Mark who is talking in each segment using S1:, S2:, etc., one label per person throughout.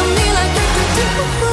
S1: on me like do, do, do, do.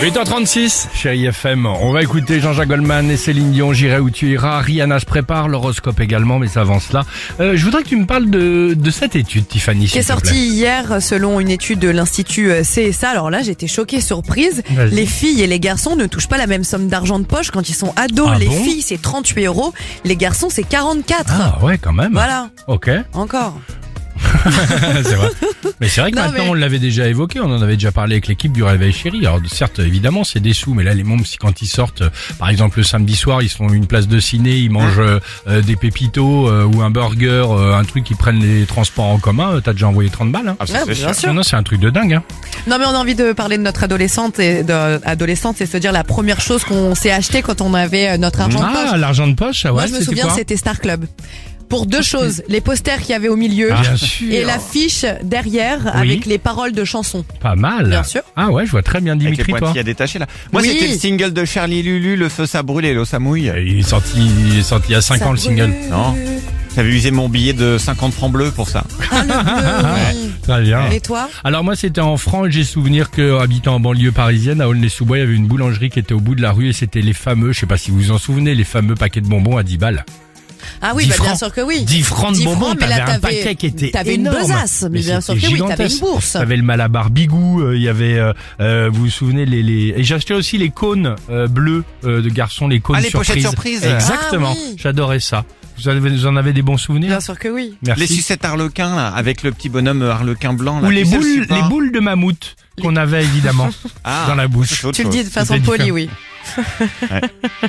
S2: 8h36, chérie FM, on va écouter Jean-Jacques Goldman et Céline Dion, J'irai où tu iras, Rihanna se prépare, l'horoscope également, mais ça avance là. Euh, je voudrais que tu me parles de, de cette étude, Tiffany.
S3: qui est
S2: s'il te plaît.
S3: sorti hier selon une étude de l'Institut euh, CSA. Alors là, j'étais choquée, surprise.
S2: Vas-y.
S3: Les filles et les garçons ne touchent pas la même somme d'argent de poche quand ils sont ados.
S2: Ah
S3: les
S2: bon
S3: filles, c'est 38 euros. Les garçons, c'est 44.
S2: Ah ouais, quand même.
S3: Voilà,
S2: Ok,
S3: encore.
S2: c'est vrai. Mais c'est vrai que
S3: Non,
S2: maintenant,
S3: mais-
S2: on l'avait déjà évoqué, on en avait déjà parlé avec l'équipe du Réveil Chéri. Alors certes, évidemment, c'est des sous, mais là, les mômes, si quand ils sortent, euh, par exemple, le samedi soir, ils se font une place de ciné, ils
S3: Ah.
S2: mangent euh, euh, des pépitos euh, ou un burger, euh, un truc, ils prennent les transports en commun, euh, t'as déjà envoyé 30 balles. hein.
S3: Ouais, Ah, bien sûr.
S2: Non, non, c'est un truc de dingue. Hein.
S3: Non, mais on a envie de parler de notre adolescente et de, adolescente, c'est se dire la première chose qu'on s'est acheté quand on avait euh, notre argent de poche.
S2: Ah, l'argent de poche, ah ouais,
S3: Moi, je me
S2: c'était
S3: souviens,
S2: quoi
S3: c'était Star Club. Pour deux choses, les posters qu'il y avait au milieu
S2: Ah, Bien sûr.
S3: et l'affiche derrière
S2: Oui.
S3: avec les paroles de chansons.
S2: Pas mal.
S3: Bien sûr.
S2: Ah ouais, je vois très bien
S4: Avec les
S2: Dimitri, toi.
S4: pointillés à détacher là. Moi,
S3: Oui.
S4: c'était le single de Charlie Lulu, le feu ça brûle et l'eau ça mouille.
S2: Il est sorti, il est sorti il y a 5
S3: Ça
S2: ans le single.
S3: brûle.
S4: Non. J'avais usé mon billet de 50 francs bleus pour ça.
S3: Ah, le bleu, oui.
S2: Très bien.
S3: Et toi
S2: Alors moi c'était en France, et j'ai souvenir que habitant en banlieue parisienne, à Aulnay-sous-Bois, il y avait une boulangerie qui était au bout de la rue et c'était les fameux, je sais pas si vous vous en souvenez, les fameux paquets de bonbons à 10 balles.
S3: Ah oui,
S2: 10
S3: bah bien
S2: francs.
S3: sûr que oui.
S2: 10 francs de
S3: 10
S2: bonbons,
S3: mais
S2: t'avais
S3: là,
S2: un
S3: t'avais-
S2: paquet qui était
S3: t'avais une
S2: énorme.
S3: besace, mais bien sûr
S2: c'était
S3: que oui, t'avais
S2: gigantesque.
S3: une bourse.
S2: T'avais le Malabar Bigou, euh, il y avait, euh, euh, vous vous souvenez, les, les... et j'achetais aussi les cônes euh, bleus euh, de garçons, les cônes
S4: Ah, les pochettes surprises.
S2: Exactement,
S3: Ah oui.
S2: j'adorais ça. Vous, avez, vous en avez des bons souvenirs
S3: Bien sûr que oui.
S2: Merci.
S4: Les sucettes harlequin, là, avec le petit bonhomme harlequin blanc. Là,
S2: Ou
S4: Tu
S2: les
S4: sais, le
S2: boules,
S4: support.
S2: les boules de mammouth qu'on avait évidemment
S4: Ah,
S2: dans la bouche.
S4: c'est autre
S3: Tu le
S4: chose.
S3: dis de façon
S2: C'était
S3: polie,
S2: différent.
S3: oui.